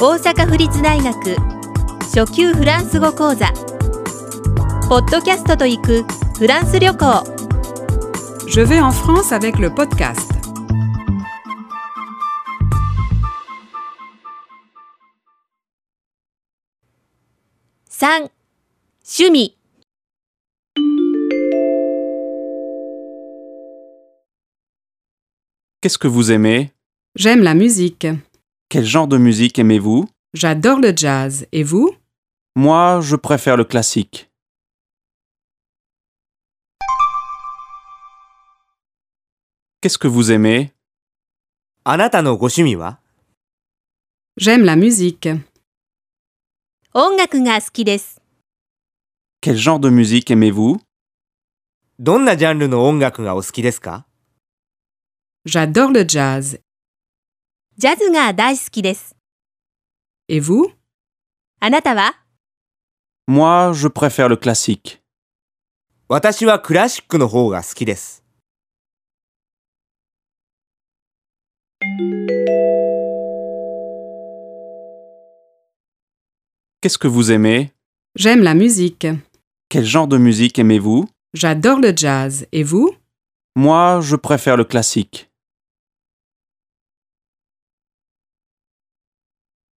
大阪府立大学初級フランス語講座ポッドキャストと行くフランス旅行 Je vais en France avec le podcast. !3 趣味 Qu'est-ce que vous aimez J'aime la musique. Quel genre de musique aimez-vous J'adore le jazz. Et vous Moi, je préfère le classique. Qu'est-ce que vous aimez あなたのご趣味は J'aime la musique. 音楽が好きです Quel genre de musique aimez-vous どんなジャンルの音楽がお好きですか J'adore le jazz. ジャズが大好きです Et vous あなたは Moi, je préfère le classique. 私はクラシックの方が好きです。 Qu'est-ce que vous aimez J'aime la musique. Quel genre de musique aimez-vous J'adore le jazz. Et vous Moi, je préfère le classique.